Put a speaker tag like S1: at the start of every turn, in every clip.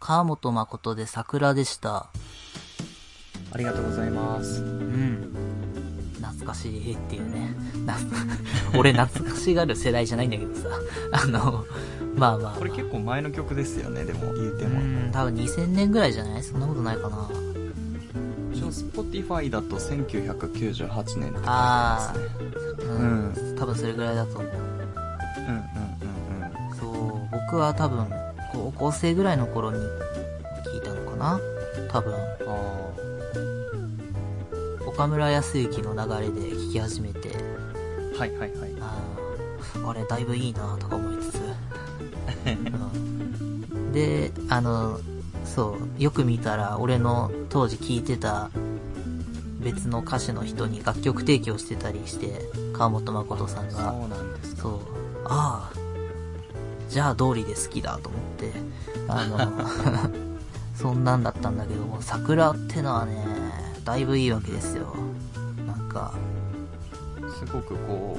S1: 川本誠で桜でした。
S2: ありがとうございます。
S1: うん。懐かしいっていうね。な俺懐かしがる世代じゃないんだけどさ。あの、まあまあ、まあ。
S2: これ結構前の曲ですよね、でも、言うて
S1: う
S2: も。
S1: ん、多分2000年ぐらいじゃないそんなことないかな。
S2: 一応、Spotify だと1998年って書いて
S1: あ
S2: ま
S1: あ
S2: すね。、
S1: うん、多分それぐらいだと思う。
S2: うんうんうんうん。
S1: そう、僕は多分、高校生ぐらいの頃に聞いたのかな多分、
S2: あ
S1: 岡村康之の流れで聞き始めて、
S2: あ。はいはいはい。
S1: あーあれだいぶいいなとか思い つつ、うんであのそうよく見たら俺の当時聴いてた別の歌手の人に楽曲提供してたりして川本誠さんが
S2: そうなんですか。
S1: そうああじゃあ通りで好きだと思ってあの そんなんだったんだけども桜ってのはねだいぶいいわけですよなんか
S2: すごくこ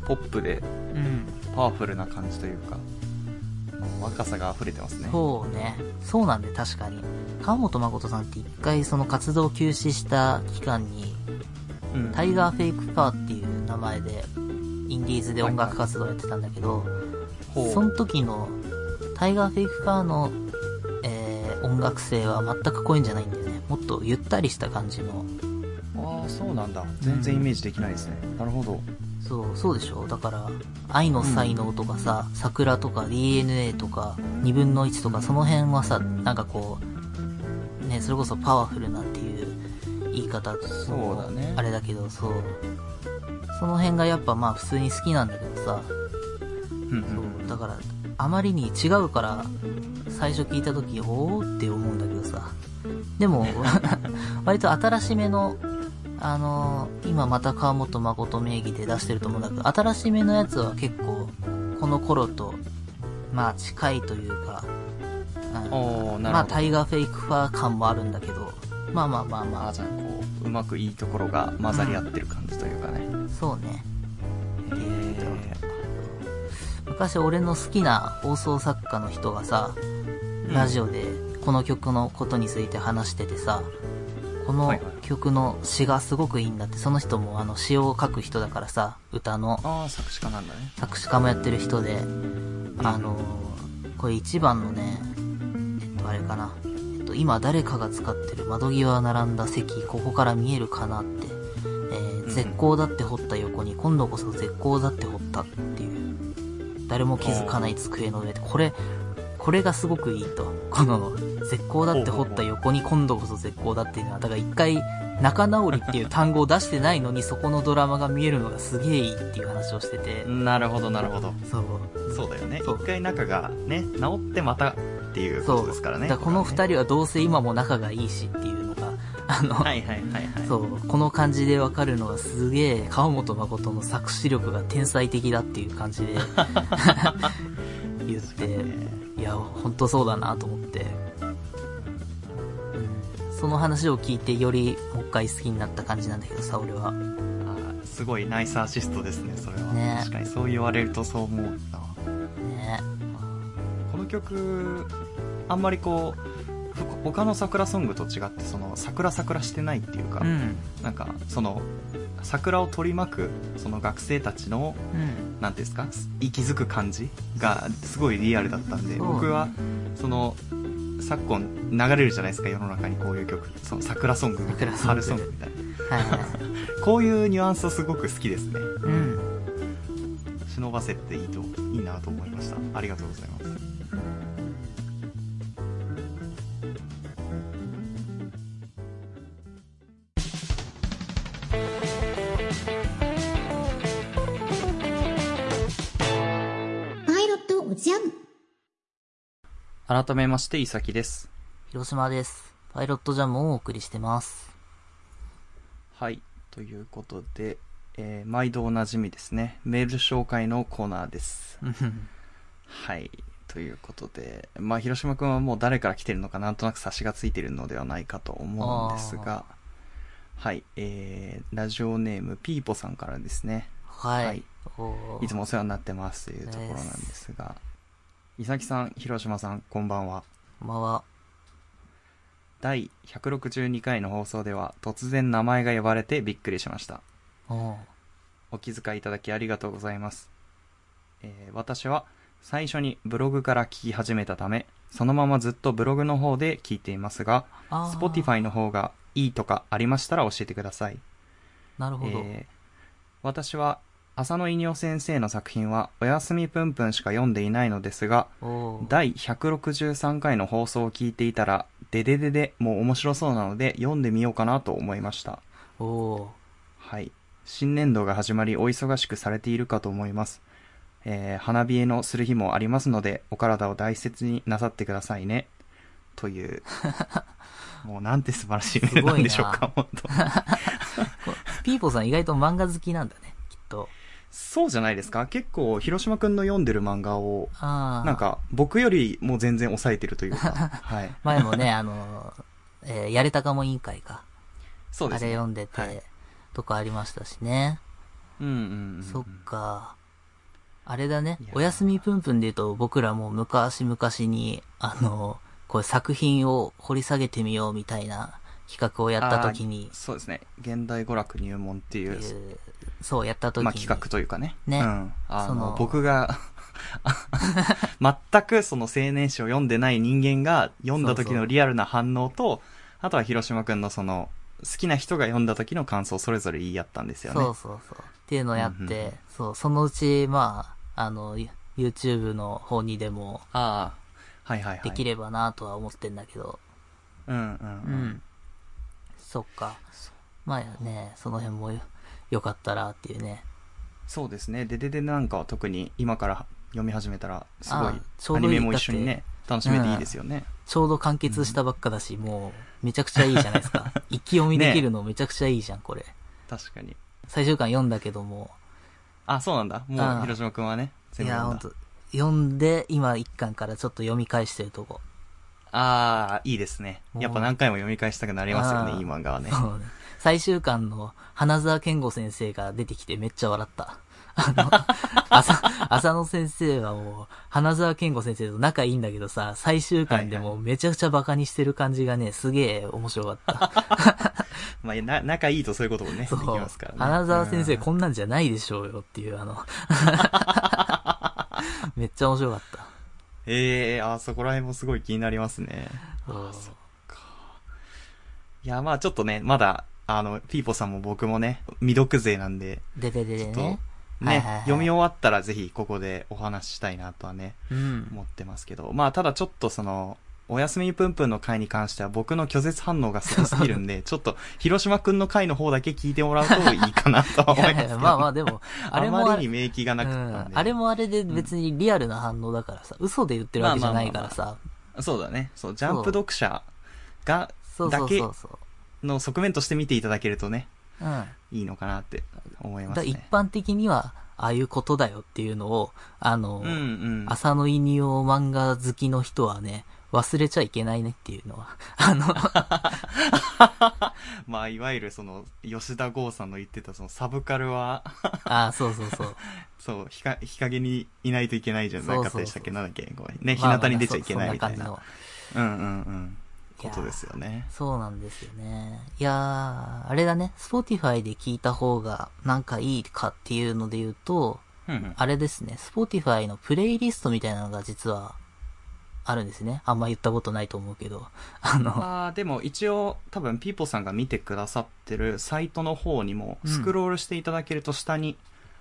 S2: う、ポップで
S1: うん
S2: パワフルな感じというか、若さが溢れてますね。
S1: そうね。そうなんで確かに。川本誠さんって一回その活動休止した期間に、
S2: うん
S1: タイガーフェイクパーっていう名前で、インディーズで音楽活動やってたんだけど、
S2: ほう
S1: その時の、タイガーフェイクパーの、えー、音楽性は全く濃いんじゃないんだよね。もっとゆったりした感じの。
S2: ああそうなんだ全然イメージできないですね、なるほど
S1: そう、そうでしょだから、愛の才能とかさ、桜とか DNA とか、二分の一とか、その辺はさ、なんかこう、ね、それこそパワフルなっていう言い方と
S2: そうだね
S1: あれだけど、そう。その辺がやっぱまあ普通に好きなんだけどさ、
S2: うんうん
S1: そう、だから、あまりに違うから、最初聞いた時、おーって思うんだけどさ。でも、 割と新しめの、あのー今また川本誠名義で出してると思うんだけど、新しめのやつは結構、この頃と、まあ近いというか、うん
S2: おーなるほど
S1: まあタイガーフェイクファー感もあるんだけど、まあまあまあま
S2: あ
S1: あ
S2: あ、じゃあこううまくいいところが混ざり合ってる感じというかね、
S1: そうね。
S2: へ
S1: 昔俺の好きな放送作家の人がさ、
S2: ん
S1: ラジオでこの曲のことについて話しててさ、この
S2: はいはい
S1: 曲の詩がすごくいいんだって、その人もあの詩を書く人だからさ、歌の
S2: ああ作詞家なんだね
S1: 作詞家もやってる人で、あのこれ一番のね、えっとあれかな、えっと今誰かが使ってる窓際並んだ席、ここから見えるかなって、えー
S2: うん
S1: 絶好だって掘った横に、今度こそ絶好だって掘ったっていう、誰も気づかない机の上で、これ、これがすごくいいと。この、絶好だって掘った横に今度こそ絶好だっていうのは、だから一回、仲直りっていう単語を出してないのに、そこのドラマが見えるのがすげえいいっていう話をしてて、
S2: なるほどなるほど
S1: そう。
S2: そうだよね
S1: そう
S2: 一回仲がね治ってまたっていうこ
S1: そ
S2: と
S1: う。
S2: ですからね
S1: だこの
S2: これは
S1: 二
S2: ね
S1: 人はどうせ今も仲がいいしっていうのが、あの、
S2: はいはいはいはい
S1: そう、この感じでわかるのはすげえ、川本誠の作詞力が天才的だっていう感 じで、言って、いや、ほんとそうだなと思って。うんその話を聞いてよりもう一回好きになった感じなんだけどさ、俺は。
S2: あーすごいナイスアシストですねそれは、
S1: ね
S2: 確かにそう言われるとそう思うな
S1: ね。
S2: この曲あんまりこうふ他の桜ソングと違ってその桜桜してないっていうか、
S1: うん。
S2: なんかその桜を取り巻くその学生たちの
S1: うん。
S2: 何ていうんですか息づく感じがすごいリアルだったんで
S1: そう
S2: 僕はその昨今流れるじゃないですか世の中にこういう曲その桜ソングみたいな
S1: 桜
S2: 春
S1: ソ
S2: ソ
S1: ン
S2: ン
S1: グ
S2: グみたいな
S1: はいはい。
S2: こういうニュアンスすごく好きですね
S1: うん。
S2: 忍ばせていいといいなと思いましたありがとうございます
S3: パイロットおじゃん。
S2: 改めましていさきです
S1: 広島です。パイロットジャムをお送りしてます。
S2: はい、ということで、えー毎度おなじみですね、メール紹介のコーナーです。はい、ということで、まあ、広島くんはもう誰から来てるのかなんとなく差しがついてるのではないかと思うんですが、はい、えー、ラジオネームピーポさんからですね、
S1: はい。
S2: はい
S1: おー
S2: いつもお世話になってますというところなんですが、いさきさん、広島さん、こんばんは。
S1: こんばんは。
S2: 第162回の放送では突然名前が呼ばれてびっくりしました
S1: おう
S2: お気遣いいただきありがとうございます、えー私は最初にブログから聞き始めたためそのままずっとブログの方で聞いていますが
S1: あー
S2: Spotify の方がいいとかありましたら教えてください
S1: なるほど。
S2: えー私は浅野稲夫先生の作品は「おやすみぷんぷん」しか読んでいないのですが
S1: おう
S2: 第163回の放送を聞いていたら「デデデデ」も面白そうなので読んでみようかなと思いました
S1: おう
S2: はい新年度が始まりお忙しくされているかと思います、えー花冷えのする日もありますのでお体を大切になさってくださいねというもうなんて素晴らしいメールなんでしょうか本当
S1: こピーポーさん意外と漫画好きなんだね、きっと。
S2: そうじゃないですか結構広島くんの読んでる漫画を
S1: ああ。
S2: なん。か僕よりも全然抑えてるというかはい
S1: 前もね、あの、えーやれたかも委員会か。
S2: そうで
S1: あ
S2: す
S1: れ
S2: ね
S1: 読んでて、
S2: はい
S1: とかありましたしね。
S2: うんうんうん
S1: そっか。あれだね
S2: いや。ー
S1: おやすみぷんぷんで言うと、僕らもう昔々に、あの、こういう作品を掘り下げてみようみたいな企画をやった時に
S2: あー、そうですね現代娯楽入門ってい
S1: い
S2: う
S1: うそう、やった時に。
S2: まあ、企画というかね
S1: ね
S2: うん、あ
S1: そ
S2: の
S1: の
S2: 僕が全くその青年誌を読んでない人間が読んだ時のリアルな反応とあとは広島くんのその好きな人が読んだ時の感想をそれぞれ言い合ったんですよね
S1: そうそうそう。っていうのをやって、
S2: うんうんうん
S1: そう、そのうち、まあ、あの、ユ YouTube の方にでも
S2: ああはいはいはい
S1: できればなとは思ってんだけど、
S2: うんうん
S1: う
S2: うん、
S1: ん。そっか。まあね、その辺もよよかったらっていうね。
S2: そうですね「ででで」なんかは特に今から読み始めたらす
S1: あ
S2: ご
S1: あちょ
S2: いうア
S1: どいい
S2: ニメも一緒にね楽しめていいですよね、
S1: ちょうど完結したばっかだし、もう、めちゃくちゃいいじゃないで すか。一気読みできるのめちゃくちゃいいじゃん、これ。
S2: 確かに
S1: 最終巻読んだけども、
S2: あそうなんだ
S1: あ
S2: も
S1: あ
S2: う広島くんはね
S1: い
S2: 全部
S1: や、ほ
S2: 読
S1: ん
S2: んだ
S1: と、読んで、今一巻からちょっと読み返してるとこ。
S2: ああいいですねやっぱ何回も読み返したくなりますよ
S1: あ
S2: ね
S1: あ
S2: いい漫画はね
S1: そうね最終巻の花沢健吾先生が出てきてめっちゃ笑った。 あの、浅浅野先生はもう、花沢健吾先生と仲いいんだけどさ、最終巻でもうめちゃくちゃバカにしてる感じがね、すげえ面白か った。
S2: まあ、な仲いいとそういうこともね、でき
S1: そう。
S2: ますからね。
S1: 花沢先生
S2: うん
S1: こんなんじゃないでしょうよっていう、あ の、めっちゃ面白かった。
S2: ええあそこら辺もすごい気になりますね。
S1: そう
S2: いや、まあちょっとね、まだ、あの、ピーポさんも僕もね、未読勢なんで、
S1: ででででね。
S2: ね、
S1: はいはいはい
S2: 読み終わったらぜひここでお話ししたいなとはね、
S1: うん。
S2: 思ってますけど、まあただちょっとその、おやすみぷんぷんの回に関しては僕の拒絶反応がすごすぎるん で、ちょっと、広島くんの回の方だけ聞いてもらうといいかなとは思い
S1: いや
S2: ます
S1: い
S2: けど、
S1: や、まあまあでも、あ
S2: あ
S1: れ
S2: れ
S1: も
S2: ま
S1: あれ
S2: りに免疫がなかったん
S1: う
S2: で。
S1: ん、あれもあれで別にリアルな反応だからさ、嘘で言ってるわけじゃないからさ、
S2: そうだね。そう、ジャンプ読者が、
S1: そうそうそうそう。
S2: の側面として見ていただけるとね、
S1: うん。だ
S2: いいのかなって思いま
S1: から
S2: す
S1: 一
S2: ね。
S1: 般的には、ああいうことだよっていうのを、あの、
S2: うんうん。
S1: 浅野犬を漫画好きの人はね、忘れちゃいけないねっていうのは、 あの、
S2: まあ、いわゆるその、吉田剛さんの言ってたそのサブカルは、
S1: ああ、そうそうそう。
S2: そう、日か日陰にいないといけないじゃな
S1: そ
S2: いう
S1: そう
S2: かっ
S1: そ
S2: た
S1: う
S2: でしたっけなんだっけごめんね、 日
S1: まあまあ
S2: 向に出ちゃいけないみたい
S1: そ
S2: な。
S1: そん
S2: う
S1: 感
S2: んうんうん。
S1: じ
S2: こ
S1: の。
S2: とです
S1: いや
S2: よね。
S1: ーそうなんですよね。いやー、あれだね、Spotify で聞いた方がなんかいいかっていうので言うと、
S2: うんうん。
S1: あれですね、Spotify のプレイリストみたいなのが実は、あるんですね。あんま言ったことないと思うけど。 あの、
S2: まあ、でも一応、多分、ピーポさんが見てくださってるサイトの方にも、
S1: うん
S2: スクロールしていただけると下に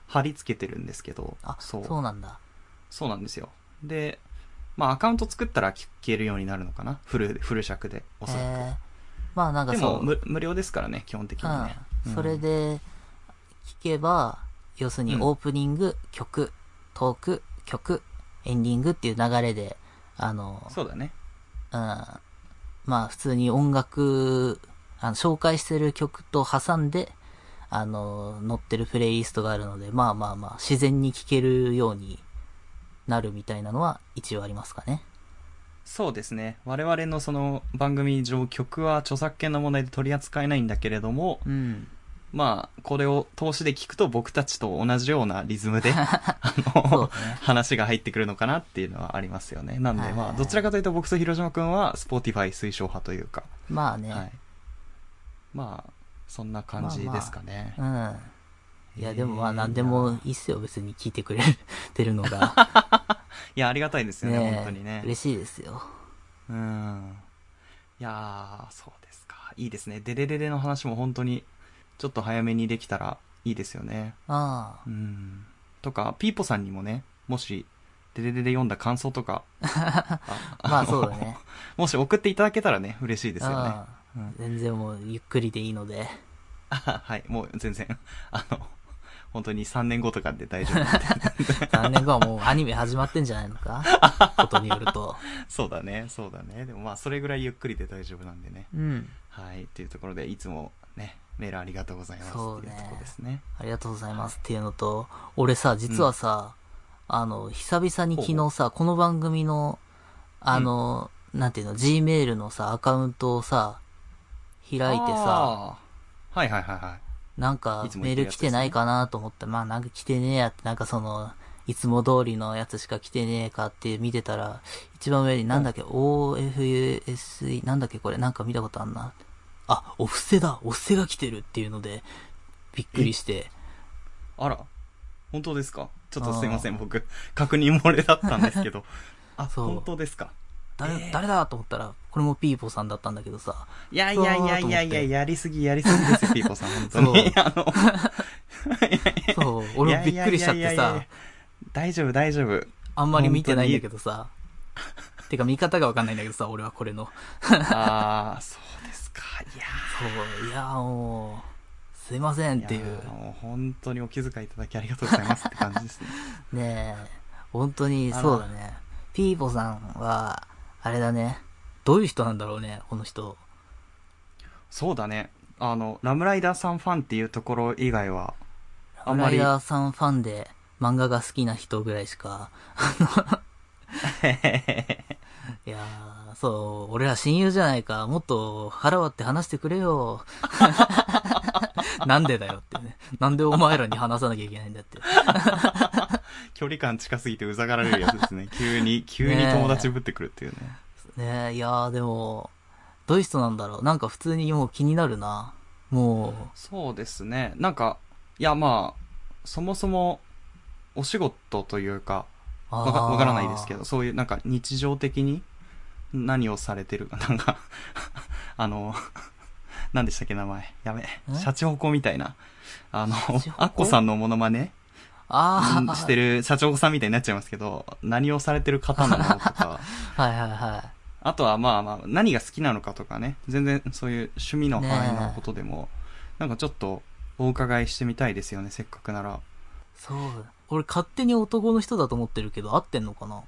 S2: 貼り付けてるんですけど、
S1: あ、そうなんだ。
S2: そうなんですよ。で、まあアカウント作ったら聞けるようになるのかなフル、フル尺で、おそら
S1: えー、まあなん
S2: く。
S1: か
S2: で
S1: そう
S2: も、無無料ですからね、基本的にね。
S1: う、
S2: うんん
S1: それで、聞けば、要するに
S2: うん
S1: オープニング、曲、トーク、曲、エンディングっていう流れで、あの、
S2: そうだね。
S1: うん、まあ普通に音楽、あの紹介してる曲と挟んで、あの、載ってるプレイリストがあるので、まあまあまあ、自然に聴けるようになるみたいなのは一応ありますかね。
S2: そうですね。我々のその番組上、曲は著作権の問題で取り扱えないんだけれども、
S1: うん。
S2: まあ、これを通しで聞くと僕たちと同じようなリズム で、あ
S1: そう
S2: の、
S1: ですね
S2: 話が入ってくるのかなっていうのはありますよね。なん
S1: は
S2: で、
S1: いはいはい
S2: まあ、どちらかというと僕と広島くんは、Spotify 推奨派というか、
S1: まあね、
S2: はい。まあ、そんな感じですかね。
S1: うん。いや、でもま
S2: え
S1: あ
S2: ー
S1: 何でもいいっすよ、別に聞いてくれてるの が。
S2: いや、ありがたいです よね、
S1: ね
S2: 本当にね。
S1: 嬉しいですよ。
S2: うん。いやー、そうですか。いいですね。デデデデの話も本当に、ちょっと早めにできたらいいですよね。
S1: あ
S2: うん。とか、ピーポさんにもね、もし、デデデデ読んだ感想とか、
S1: あ。 まあそうだね。
S2: もし送っていただけたらね、嬉 しいですよね。
S1: う
S2: うんん。
S1: 全然もうゆっくりでいいので。
S2: あ はい、もう全然、 あの、本当に3年後とかで大丈夫なんで
S1: 3年後はもうアニメ始まってんじゃないのか ことによると。
S2: そうだね、そうだね。でもまあ、それぐらいゆっくりで大丈夫なんでね。
S1: うん。
S2: はい、というところで、いつもね、メールありがとうございます。
S1: そうね
S2: っていうとこですね。
S1: ありがとうございますっていうのと、俺さ、実はさ、あの、久々に昨日さ、この番組の、あの、なんていうの、Gmail のさ、アカウントをさ、開いてさ、
S2: あー。はいはいはいはい。
S1: なんか
S2: いつも
S1: メール
S2: 言ってるや
S1: 来
S2: つですね
S1: てないかなと思って、まあなんか来てねえやって、なんかその、いつも通りのやつしか来てねえかって見てたら、一番上になんだっけ、OFUSE、なんだっけこれ、なんか見たことあんな。あ、お布施だお布施が来てるっていうので、びっくりして。
S2: あら、本当ですかちょっとすいません、僕、確認漏れだったんですけど。あ、
S1: そう
S2: 本当ですか
S1: 誰、
S2: えー
S1: 誰だと思ったら、これもピーポさんだったんだけどさ。
S2: いやいやいやいやいや、やりすぎやりすぎ ですよ、ピーポさん、本当
S1: そう
S2: に。あの、
S1: そう、俺もびっくりしちゃっ
S2: いや
S1: て
S2: いやいやい
S1: さ
S2: や、。大丈夫、大丈夫。
S1: あんまり見てないんだけどさ。てか見方がわかんないんだけどさ、俺はこれの。
S2: ああ、そうですか。いや
S1: そう、いやもう、すいません
S2: ー
S1: ってい
S2: や
S1: う
S2: ー。もう本当にお気遣いいただきありがとうございますって感じ ですね。
S1: ねえ、本当に
S2: あら
S1: そうだね。ピーポさんは、あれだね。どういう人なんだろうね、この人。
S2: そうだね。あの、ラムライダーさんファンっていうところ以外 は、あ
S1: あ
S2: ん
S1: ラ
S2: ま
S1: イ
S2: り、
S1: ダーさんファンで漫画が好きな人ぐらいしか。 いやー、そう、俺ら親友じゃないか。もっと腹割って話してくれ よ。なんでだよってね。なんでお前らに話さなきゃいけないんだって。
S2: 距離感近すぎてうざがられるやつですね。急に、急に
S1: ねえ
S2: 友達ぶってくるっていうね。
S1: ねえ、いやーでも、どういう人なんだろう。なんか普通にもう気になるな。も
S2: そうですね。なんか、いやまあ、そもそも、お仕事というか、
S1: う。
S2: わかわからないですけ
S1: ど。
S2: ど、そういうなんか日常的に何をされてるか、 なんか、あの、何でしたっけ名前。やべ。シャチホコみたいな。あの
S1: チホ、コ
S2: アッコさんのモノマネ
S1: ああ、
S2: してる社長さんみたいになっちゃいますけど、何をされてる方なのとか、
S1: はいはいはい。
S2: あとはまあまあ、何が好きなのかとかね、全然そういう趣味の範囲のことでも、なんかちょっとお伺いしてみたいですよね、せっかくなら。
S1: そうだ。俺勝手に男の人だと思ってるけど、合ってんのかな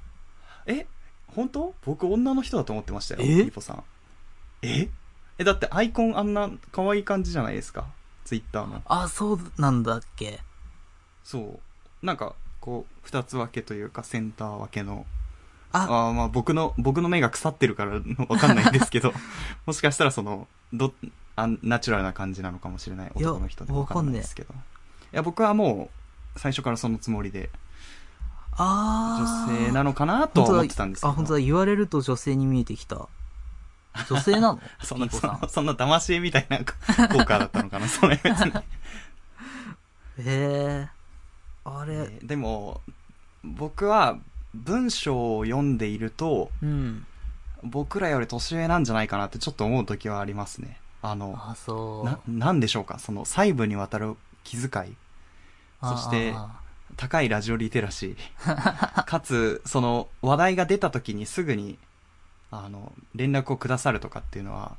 S2: え本当僕女の人だと思ってましたよ
S1: え
S2: ピーポさんええだってアイコンあんな可愛い感じじゃないですかツイッターの
S1: あ、そうなんだっけ
S2: そうなんかこう二つ分けというかセンター分けの
S1: あ
S2: あーまあ僕の僕の目が腐ってるからわかんないんです けどもしかしたらそのどあナチュラルな感じなのかもしれない
S1: いや
S2: 男の人でわかんないですけどいや僕はもう最初からそのつもりで
S1: あ
S2: 女
S1: ー
S2: 性なのかなとは思ってたんですけど
S1: 本当だあ、本当だ。言われると女性に見えてきた。女性なの
S2: そん
S1: ピー
S2: な、
S1: コ
S2: そ
S1: さ。
S2: んなんそんな騙し絵みたいな こ効果だったのかな、 それ別に。
S1: へえ。あ
S2: え
S1: れ、
S2: ーでも、僕は文章を読んでいると、
S1: うん。
S2: 僕らより年上なんじゃないかなってちょっと思う時はありますね。あの、
S1: あ、そう。
S2: な、なんでしょうか、その細部にわたる気遣い、
S1: あー
S2: そして
S1: あ
S2: 高いラジオリテラシ ー、かつ、その話題が出た時にすぐに、あの、連絡をくださるとかっていうのは、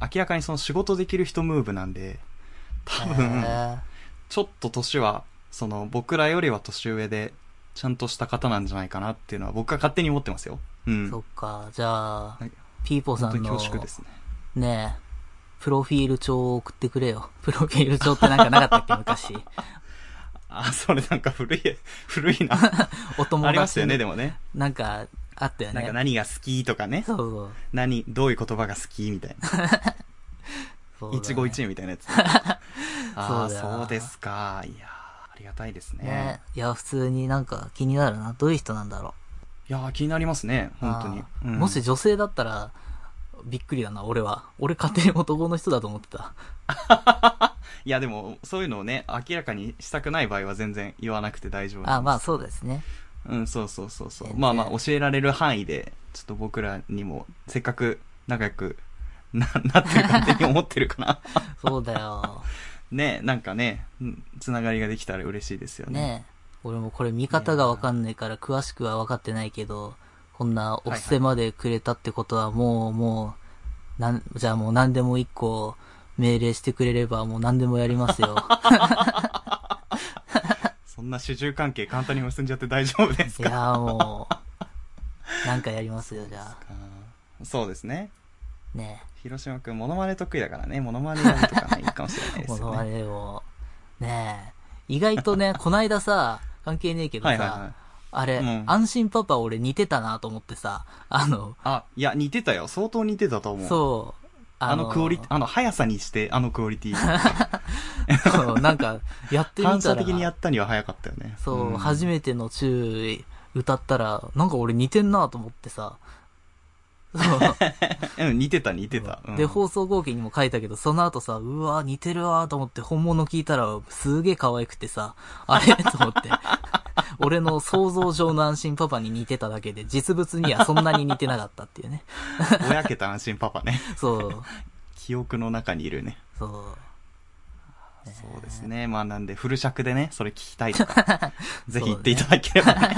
S2: 明らかにその仕事できる人ムーブなんで、多
S1: ー
S2: 分、
S1: へ
S2: ちょっと年は、その、僕らよりは年上で、ちゃんとした方なんじゃないかなっていうのは、僕は勝手に思ってますよ。う
S1: ー
S2: ん。
S1: そっか、じゃあ
S2: はい、
S1: ピーポさ
S2: 本当
S1: ん
S2: に
S1: の、
S2: 恐縮ですね。
S1: ねえ、プロフィール帳を送ってくれよ。プロフィール帳ってなんかなかったっけ、 昔。
S2: あ、それなんか古い、 古い な。
S1: お友達
S2: ありましたよね、でもね。
S1: なんか、あったよね。
S2: なんか何が好きとかね。
S1: そうそう
S2: 何、どういう言葉が好きみたいな。
S1: そうだね。
S2: 一期一会みたいな やつ。ああ、
S1: そうだよな
S2: そうですか。いやーありがたいですね。
S1: ね。いや、普通になんか気になるな。どういう人なんだろ
S2: いやー気になりますね、
S1: う。
S2: 本当に
S1: あ。
S2: う
S1: ー
S2: ん
S1: もし女性だったら、びっくりだな、俺は。俺家庭男の人だと思ってた。
S2: いや、でも、そういうのをね、明らかにしたくない場合は全然言わなくて大丈夫
S1: あ、まあ
S2: う。
S1: そうですね。
S2: うん、そうそうそうそう。
S1: 全然
S2: まあまあ、教えられる範囲で、ちょっと僕らにも、せっかく仲良くな、なってるって思ってるかな。
S1: そうだよ。
S2: ねなんかね、うんつながりができたら嬉しいですよね。
S1: ねえ。俺もこれ見方がわかんないから詳しくは分かってないけど、こんなお布施までくれたってことはもう、もう、なん、じゃあもう何でも一個命令してくれればもう何でもやりますよ。
S2: そんな主従関係簡単に結んじゃって大丈 夫です
S1: い
S2: か
S1: やーもう、なんかやりますよ、じゃ
S2: うんそうですね。
S1: あ。ね
S2: 広島くん、モノマネ得意だからね、モノマネやるとかね、いいかもしれな
S1: え。
S2: いで
S1: も
S2: す
S1: の
S2: よ
S1: ま
S2: ね。
S1: ねを。ねえ。意外 とね、こないださ、関係ねえけどさ、
S2: はいはいはい。
S1: あれ、
S2: うん
S1: 安心パパ俺似てたなと思ってさ、あの、
S2: あ、いや、似てたよ。相当似てたと思う。
S1: そう、
S2: あのクオリティ、あの速さにして、あのク オリティ。
S1: そう、なんか、やってみたら。
S2: 反射的にやったには早かったよね。
S1: そう、
S2: ん
S1: 初めての注意歌ったら、なんか俺似てんなと思ってさ。そう。
S2: うん、似てた、似てた。うん
S1: で、放送後期にも書いたけど、その後さ、うわ似てるわと思って本物聞いたら、すげえ可愛くてさ、あ れと思って。俺の想像上の安心パパに似てただけで、実物にはそんなに似てなかったっていうね。
S2: ぼやけた安心パパね。
S1: そう、
S2: 記憶の中にいるね。
S1: そう。
S2: そうですね。まあなんで、フル尺でね、それ聞きたいとか、 ぜひ言っていただければね。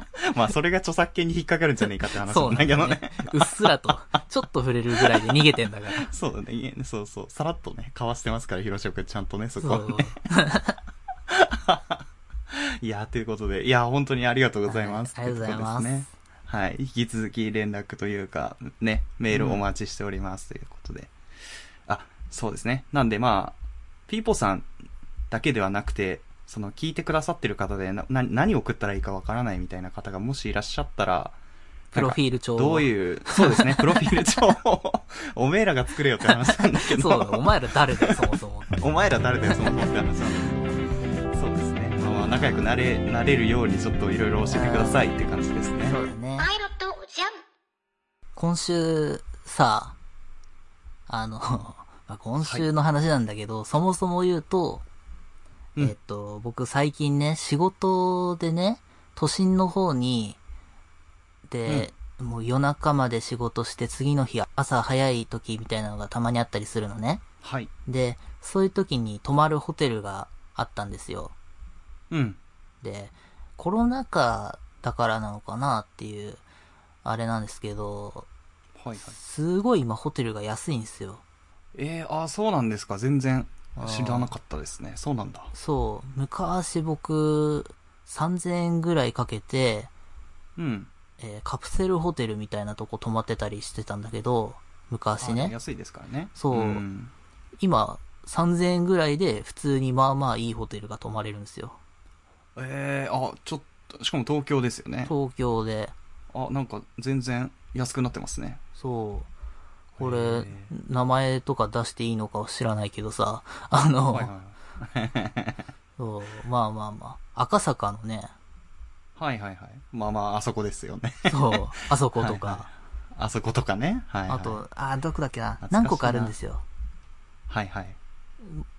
S2: まあそれが著作権に引っかかるんじゃないかって話
S1: そ
S2: な
S1: うんな
S2: だ
S1: んだ
S2: けど
S1: よ
S2: ね
S1: ね。。うっすらと、ちょっと触れるぐらいで逃げてんだから。
S2: そうだねいえ。そうそう。さらっとね、かわしてますから、広島君ちゃんとね、そこ
S1: そ
S2: は
S1: う
S2: ね。。いや、ということで、いや、本当にありがとうございます。
S1: はいありがとうございます
S2: とうことですね。はい。引き続き連絡というか、ね、メールをお待ちしております、ということで。あ、そうですね。なんでまあ、ピーポさんだけではなくて、その聞いてくださってる方でな、な何送ったらいいかわからないみたいな方がもしいらっしゃったら、
S1: プロフィール帳を
S2: なんかどういう、そうで すね、プロフィール帳を、おめえらが作れよって話なんだけど。
S1: そうだ、お前ら誰だよ、そもそ も。
S2: お前ら誰だよ、その子って話は。そうですね。まあまあ、仲良くなれ、なれるようにちょっといろいろ教えてくださいっていう感じですね。
S1: そうだね。
S3: パイロットおじゃん
S1: 今週、さ、あの、 まあ今週の話なんだけど、そもそも言うと、
S2: うん
S1: えっと、僕最近ね、仕事でね、都心の方に、で、もう夜中まで仕事して次の日朝早い時みたいなのがたまにあったりするのね。
S2: はい。
S1: で、そういう時に泊まるホテルがあったんですよ。
S2: うん。
S1: で、コロナ禍だからなのかなっていう、あれなんですけど、
S2: はいはい。
S1: すごい今ホテルが安いんですよ。
S2: えー、あーそうなんですか。全然
S1: あー
S2: 知らなかったですね。そうなんだ。
S1: そう、昔僕、3000円ぐらいかけて、
S2: うん。
S1: えーカプセルホテルみたいなとこ泊まってたりしてたんだけど、昔
S2: あー
S1: ね。
S2: 安いですからね。
S1: そうん今、3000円ぐらいで普通にまあまあいいホテルが泊まれるんですよ。
S2: えー、あ、ちょっと、しかも東京ですよね。
S1: 東京で。
S2: あ、なんか全然安くなってますね。
S1: そう。こ
S2: へ
S1: れ
S2: ー、
S1: 名前とか出していいのかは知らないけどさ、 あの、
S2: はいは
S1: そう、まあまあまあ。赤坂のね、
S2: い。はいはいはい。まあまあ、あそこですよね。
S1: そう、あそことか、
S2: はいはあそことかね。はい、はい。
S1: あと、、あ、どこだっけな
S2: 懐かしいな
S1: 何個かあるんですよ。
S2: はいはい。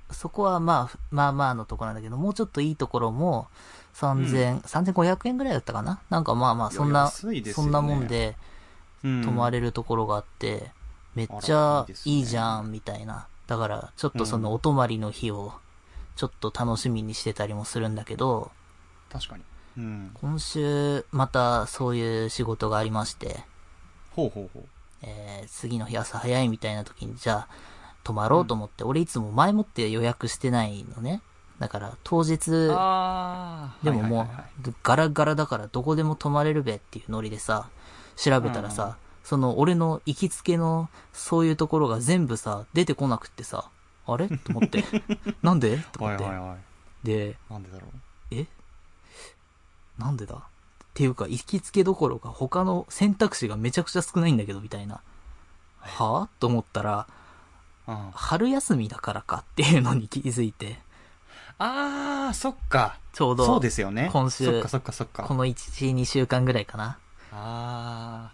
S1: そこはまあ、まあまあのとこなんだけど、もうちょっといいところも、3000、3500円ぐらいだったかななんかまあまあ、そん
S2: いや
S1: な、
S2: 安いです
S1: そ
S2: よね
S1: んなもんで
S2: うん
S1: 泊まれるところがあって、めっち
S2: あらい
S1: ゃ
S2: いですね
S1: いいじゃん、みたいな。だから、ちょっとそのお泊まりの日を、ちょっと楽しみにしてたりもするんだけど、
S2: 確かに。うん。
S1: 今週、またそういう仕事がありまして、
S2: ほうほうほう。
S1: えー次の日朝早いみたいな時に、じゃあ、泊まろうと思って、俺いつも前もって予約してないのね。だから、当日、
S2: あー
S1: でももう、
S2: はいはいはい
S1: ガラガラだからどこでも泊まれるべっていうノリでさ、調べたらさ、
S2: うん
S1: その俺の行きつけのそういうところが全部さ、出てこなくってさ、あれと思 って。なんでと
S2: は
S1: 思
S2: い
S1: っ
S2: はい
S1: て。
S2: はいはい
S1: で、
S2: なんでだろう
S1: えなんでだっていうか、行きつけどころか他の選択肢がめちゃくちゃ少ないんだけど、みたいな。はぁと思ったら、
S2: あ
S1: 春休みだからかっていうのに気づいて、
S2: あーそっか
S1: ちょうど、
S2: そうですよね
S1: 今週
S2: そっかそっかそっ
S1: こ
S2: か
S1: の1、2週間ぐらいかな。
S2: あ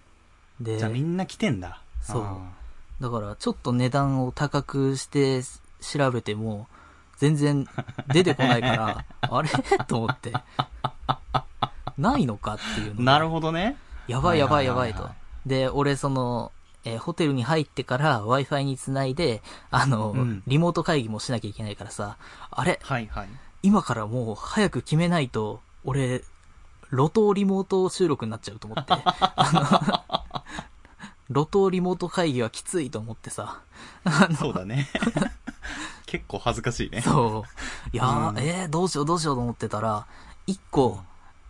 S1: で、
S2: ーじゃあみんな来てんだ
S1: そう
S2: あ
S1: だから、ちょっと値段を高くして調べても、全然出てこない から、あれ と思って。ないのかっていうのが
S2: なるほどね。
S1: やばいやばいやばい
S2: はい
S1: と
S2: はいはいは。
S1: で、俺その、えーホテルに入ってから Wi-Fi につないで、あの、
S2: うん
S1: リモート会議もしなきゃいけないからさ、あれ
S2: は いはい。
S1: 今からもう早く決めないと、俺、路頭リモート収録になっちゃうと思 って。あの、路頭リモート会議はきついと思ってさ。
S2: そうだ ね。結構恥ずかしいね。
S1: そう。いやー、
S2: うん
S1: えー、どうしようどうしようと思ってたら、一個、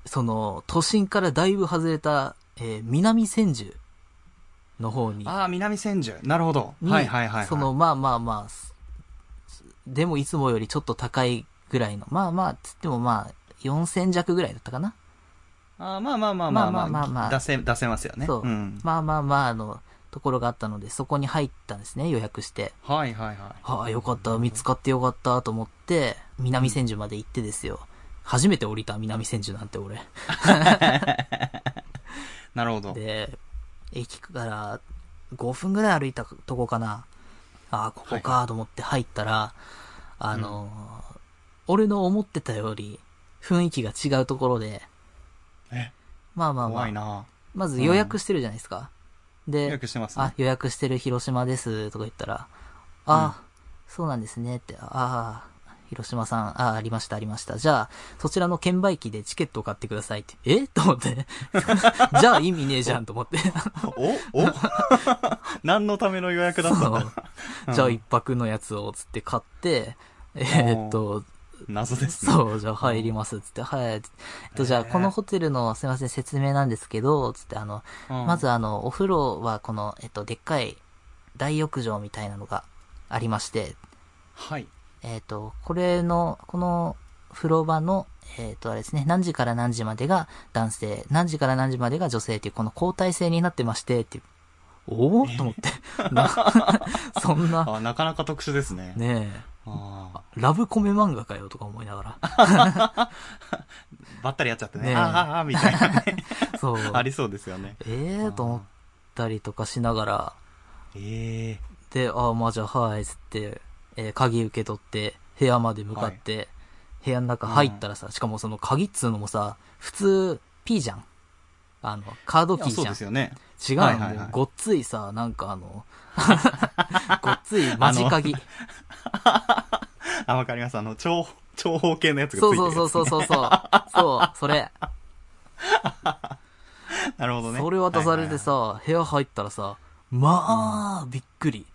S1: その、都心からだいぶ外れた、えー南千住の方に、
S2: ああ、南千住。なるほど。
S1: に
S2: はいはいはいはい。
S1: その、まあまあまあ、すでもいつもよりちょっと高いぐらいの、まあまあ、つってもまあ、4000弱ぐらいだったかな。
S2: あーまあまあまあまあ
S1: まあまあまあまあ
S2: 出せ、出せますよね。
S1: そう、
S2: ん。
S1: まあまあまあ、あの、ところがあったので、そこに入ったんですね、予約して。
S2: はいはいは
S1: ああ、よかった、見つかってよかった、と思って、南千住まで行ってですよ。初めて降りた、南千住なんて俺。
S2: い。なるほど。
S1: で、駅から5分ぐらい歩いたとこかな。ああ、ここ
S2: はい
S1: か、と思って入ったら、あのー俺の思ってたより、雰囲気が違うところで、
S2: え、
S1: まあまあま
S2: 怖い
S1: あ、
S2: な。
S1: まず予約してるじゃないですか。で、
S2: 予約してます
S1: あ
S2: ね、。
S1: 予約してる広島です、とか言ったら、あ、そうなんですね、って、ああ、広島さん、ああ、ありました、ありました。じゃあ、そちらの券売機でチケットを買ってくださいって。えと思 って。 じゃあ意味ねえじゃん、と思って。
S2: おお 何のための予約だったん
S1: そ
S2: だ
S1: う じゃあ一泊のやつを、つって買って、えーっと、
S2: 謎ですね。
S1: そう、じゃあ入ります、つって、はい。えっと、じゃあ、このホテルの、すいません、説明なんですけど、つって、あの、
S2: うん
S1: まずあの、お風呂はこの、えっと、でっかい大浴場みたいなのがありまして、
S2: はい。
S1: えっと、これの、この風呂場の、えっと、あれですね、何時から何時までが男性、何時から何時までが女性っていう、この交代制になってまして、っていう。おおと 思って。なそんな、
S2: あなかなか特殊ですね。
S1: ねえ、
S2: あ
S1: ラブコメ漫画かよとか思いなが
S2: ーばったりやっちゃってね。
S1: ねえ
S2: あーあーあー、みたいなね。
S1: ら。そう。
S2: ありそうですよね。
S1: ええと思ったりとかしながら、
S2: ええ
S1: で、ああ、まあじゃあ、はい、つって、えー鍵受け取って、部屋まで向かって、部屋の中入ったらさ、しかもその鍵っつうのもさ、普通、P じゃん。あの、カード
S2: い
S1: キ
S2: や
S1: ー
S2: そう
S1: じゃ
S2: で
S1: ん
S2: す。よね。
S1: 違うの、
S2: はいはいはい
S1: ごっついさ、なんかあ の、ごっついマジ鍵。
S2: あ、わかります。あの、長、長方形のやつがつい
S1: そ
S2: て
S1: う
S2: る
S1: そ
S2: や
S1: う
S2: つ
S1: そうそうそう。そう、それ。
S2: なるほどね。
S1: それ渡されてさ、部屋入ったらさ、まあ、びっくり。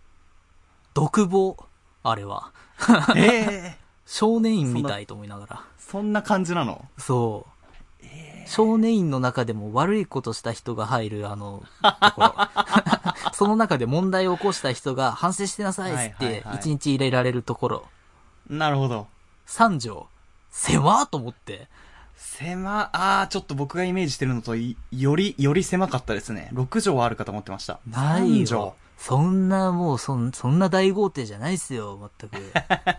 S1: 独房、あれは。
S2: はいはいはい。ええ
S1: 少年院みたいと思いながら。
S2: そんな感じなの
S1: そう。少年院の中でも悪いことした人が入る、あの、とこ ろ。その中で問題を起こした人が反省してなさいっつっ
S2: はい
S1: て、
S2: はいはい
S1: 一日入れられるところ。
S2: なるほど。
S1: 三条。狭っと思って。
S2: 狭、ああ、ちょっと僕がイメージしてるのとい、より、より狭かったですね。6畳はあるかと思ってました。
S1: ない
S2: 3畳
S1: よ。そんな、もう、そん、そんな大豪邸じゃないっすよ、全く。
S2: 1畳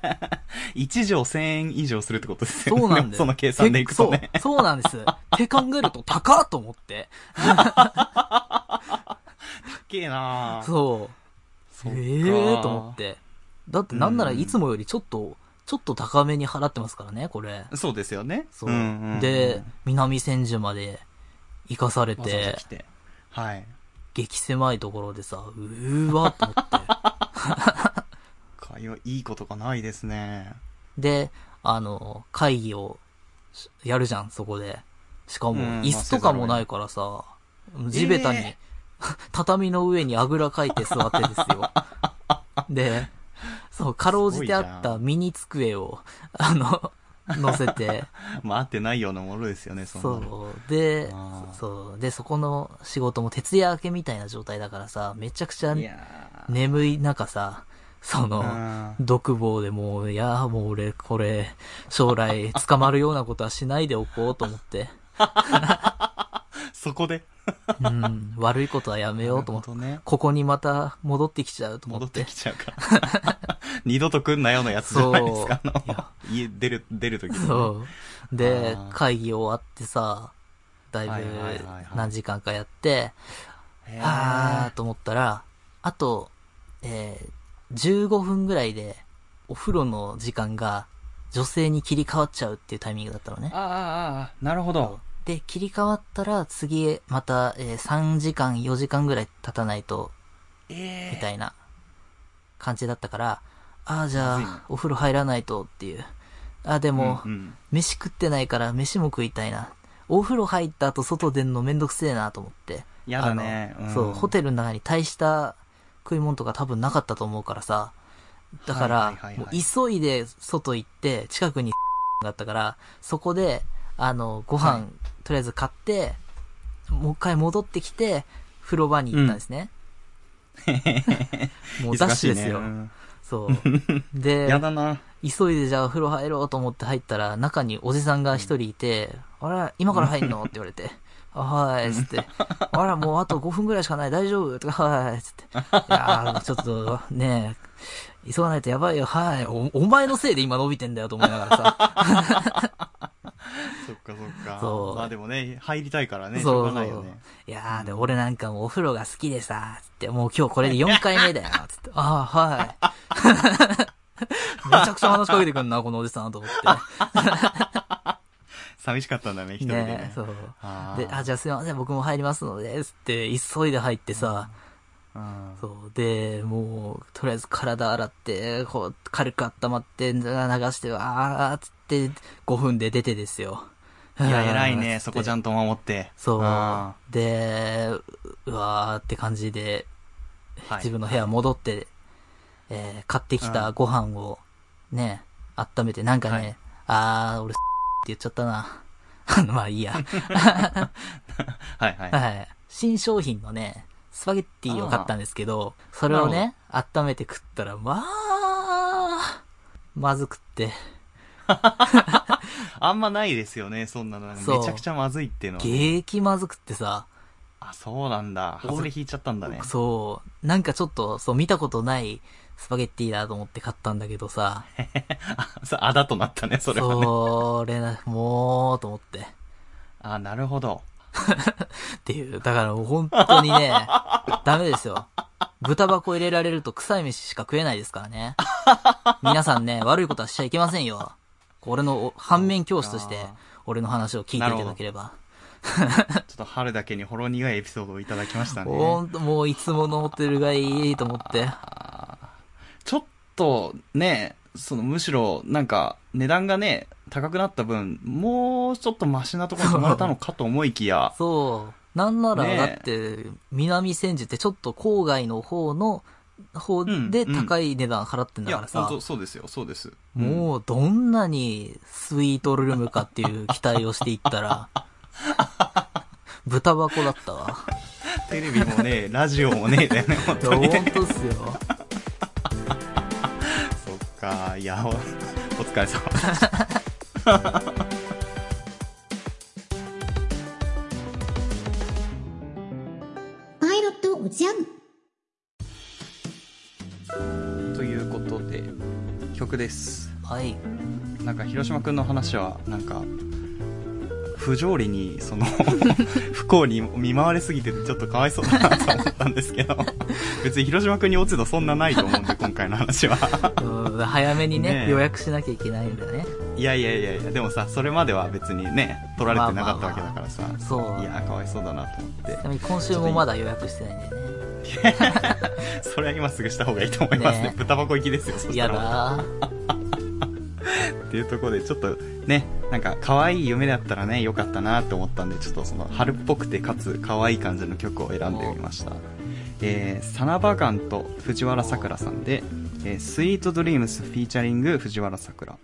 S2: 1000円以上するってことですよね。
S1: そうなんだよ。
S2: その計算でいくとね。
S1: そう、そうなんです。 って考えると高っと思って。
S2: かっけえなー
S1: そう。
S2: そっか
S1: ええー、と思って。だってなんならいつもよりちょっと、ちょっと高めに払ってますからね、これ。
S2: そうですよね。
S1: そう。
S2: んうんうん
S1: で、、南千住まで行かされ
S2: わざわざ
S1: て
S2: 来、て。はい。
S1: 激狭いところでさ、うーわと思って。
S2: かよ、いいことがないですね。
S1: で、あの、会議をしやるじゃん、そこで。しかも
S2: うん、
S1: 椅子とかもないからさ、地べたに、
S2: え
S1: 畳の上にあぐらかいて座ってです よ。で、そう、かろうじてあっ
S2: すごい
S1: たミニ机を、あの、乗せて、
S2: まあ、合ってないようなものですよ ね、そんな
S1: そ
S2: の。
S1: う。で
S2: あー、
S1: そう。で、そこの仕事も徹夜明けみたいな状態だからさ、めちゃくちゃ
S2: いやー
S1: 眠い中さ、その、
S2: あ
S1: 独房でもう、いやーもう俺、これ、将来捕まるようなことはしないでおこうと思って、
S2: ーそこで、
S1: うん、悪いことはやめようと思って
S2: なるほどね、
S1: ここにまた戻ってきちゃうと思
S2: 戻
S1: っ
S2: って
S1: て
S2: き。ちゃうから。 二度と来んなよのやつじゃないですか。あ
S1: そう
S2: の家出る、出るときにね。
S1: そう。で
S2: あー、
S1: 会議終わってさ、だいぶ
S2: はいはいはいはい
S1: 何時間かやって、
S2: へー
S1: あーと思ったら、あとえー15分ぐらいで、お風呂の時間が女性に切り替わっちゃうっていうタイミングだったのね
S2: あ。あ、ああ、なるほど。
S1: で、切り替わったら次へまた、えー3時間、4時間ぐらい経たないと、
S2: え
S1: み
S2: え
S1: たいな感じだったから、ああ、じゃ
S2: まずいな
S1: あ、お風呂入らないとっていう。ああ、でも、
S2: うんうん
S1: 飯食ってないから飯も食いたいな。お風呂入った後外出んのめんどくせえなと思って。
S2: やだね
S1: あの
S2: うん
S1: そう、ホテルの中に大した食い物とか多分なかったと思うからさ。だから、
S2: はいはいはいはい
S1: もう急いで外行って、近くに があったから、そこで、あの、ご飯、
S2: はい
S1: とりあえず買って、もう一回戻ってきて、風呂場に行ったんですね。 もうダッシュですよ。
S2: 忙しいね
S1: そう。
S2: う
S1: で
S2: ん、やだな。
S1: 急いでじゃあお風呂入ろうと思って入ったら、中におじさんが一人いて、あれ、今から入んのって言われて、あはい、つって、あら、もうあと5分ぐらいしかない、大丈夫とか、はい、つって、いやーちょっと、ねえ、急がないとやばいよ、はい、お、お前のせいで今伸びてんだよと思いながらさ、
S2: そっかそっか。
S1: そう
S2: まあでもね、入りたいから
S1: そ
S2: ね、
S1: う
S2: しょう
S1: そう
S2: がないよね。
S1: いやーで、俺なんかもうお風呂が好きでさ、つって、もう今日これで4回目だ よ、つって、ああー、 はい。めちゃくちゃ話しかけてくんな、このおじさんと思って。
S2: 寂しかったんだね、一人で
S1: ね
S2: ね。
S1: そう。
S2: あ
S1: で、あ、じゃあすいません、僕も入りますので、つって、急いで入ってさ、
S2: あ
S1: そう、で、もう、とりあえず体洗って、こう、軽く温まって、流して、わーっつって、5分で出てですよ。
S2: うん。いや、偉いね、
S1: つっ
S2: そ
S1: て
S2: こちゃんと守って。
S1: そう
S2: あ。
S1: で、うわーって感じで、
S2: ーはい
S1: 自分の部屋戻って、えー買ってきたご飯を、ね、温めて、なんか
S2: は
S1: ね
S2: い、
S1: あー、俺、って言っちゃったな。 まあいい や。
S2: はいはい。
S1: はい。新商品のね、スパゲッティを買ったんですけど、それをね、温めて食ったら、まあ、まずくって、
S2: あんまないですよね、そんなの。め
S1: そう
S2: ちゃくちゃまずいっていうのは。
S1: 激まずくってさ、
S2: あ、そうなんだ。
S1: そう
S2: それ引いちゃったんだね。
S1: そう、なんかちょっと、そう、見たことないスパゲッティだと思って買ったんだけどさ、
S2: あ、 そうあだとなったね、 それはね。
S1: それな、もう、と思って。っ
S2: あ、なるほど。
S1: ていう、だからもう本当にね、 ダメですよ。豚箱入れられると臭い飯しか食えないですからね。皆さんね、悪いことはしちゃいけませんよ。俺の反面教師として、俺の話を聞いていただければ。
S2: ちょっと春だけにほろ苦いエピソードをいただきましたね。
S1: ほんと、もういつものホテルがいいと思って。
S2: ちょっとね、そのむしろなんか値段がね、高くなった分、もうちょっとマシなところに泊まれたのかと思いきや、
S1: そう。なんなら、
S2: ねえ
S1: だって、南千住ってちょっと郊外の方の、方
S2: うん
S1: で高い値段払ってん
S2: い
S1: だか
S2: や
S1: ら、さ
S2: 本。当そうですよ、そうです。うん
S1: もうどんなにスイートルームかっていう期待をしていったら、豚箱だったわ。
S2: テレビも ね、ラジオもね、だよ ね、本
S1: いや、
S2: 当に。
S1: 本当っすよ。
S2: そっか、いや、おお疲れ様でした。
S3: パイロットおじゃん
S2: ということで、曲です。
S1: はい。
S2: なんか広島くんの話はなんか不条理にその 不幸に見舞われすぎててちょっとかわいそうだなと思ったんですけど 別に広島くんに落ち度そんなないと思うんで今回の話は
S1: うん早めにね
S2: ねえ
S1: 予約しなきゃいけないんだね。
S2: いやいやいやいやでもさそれまでは別にね取られてなかったわけだからさ、
S1: そう。
S2: いやかわいそうだなと思って
S1: ちなみに今週もまだ予約してないんだよね。
S2: それは今すぐした方がいいと思いますね
S1: ね
S2: 豚箱行きですよそし
S1: 嫌
S2: たら
S1: だ。
S2: っていうところでちょっとねなんか可愛い夢だったらね良かったなと思ったんでちょっとその春っぽくてかつ可愛い感じの曲を選んでみましたえー、サナバガンと藤原さくらさんで「えー、スイートドリームスフィーチャリング藤原さくら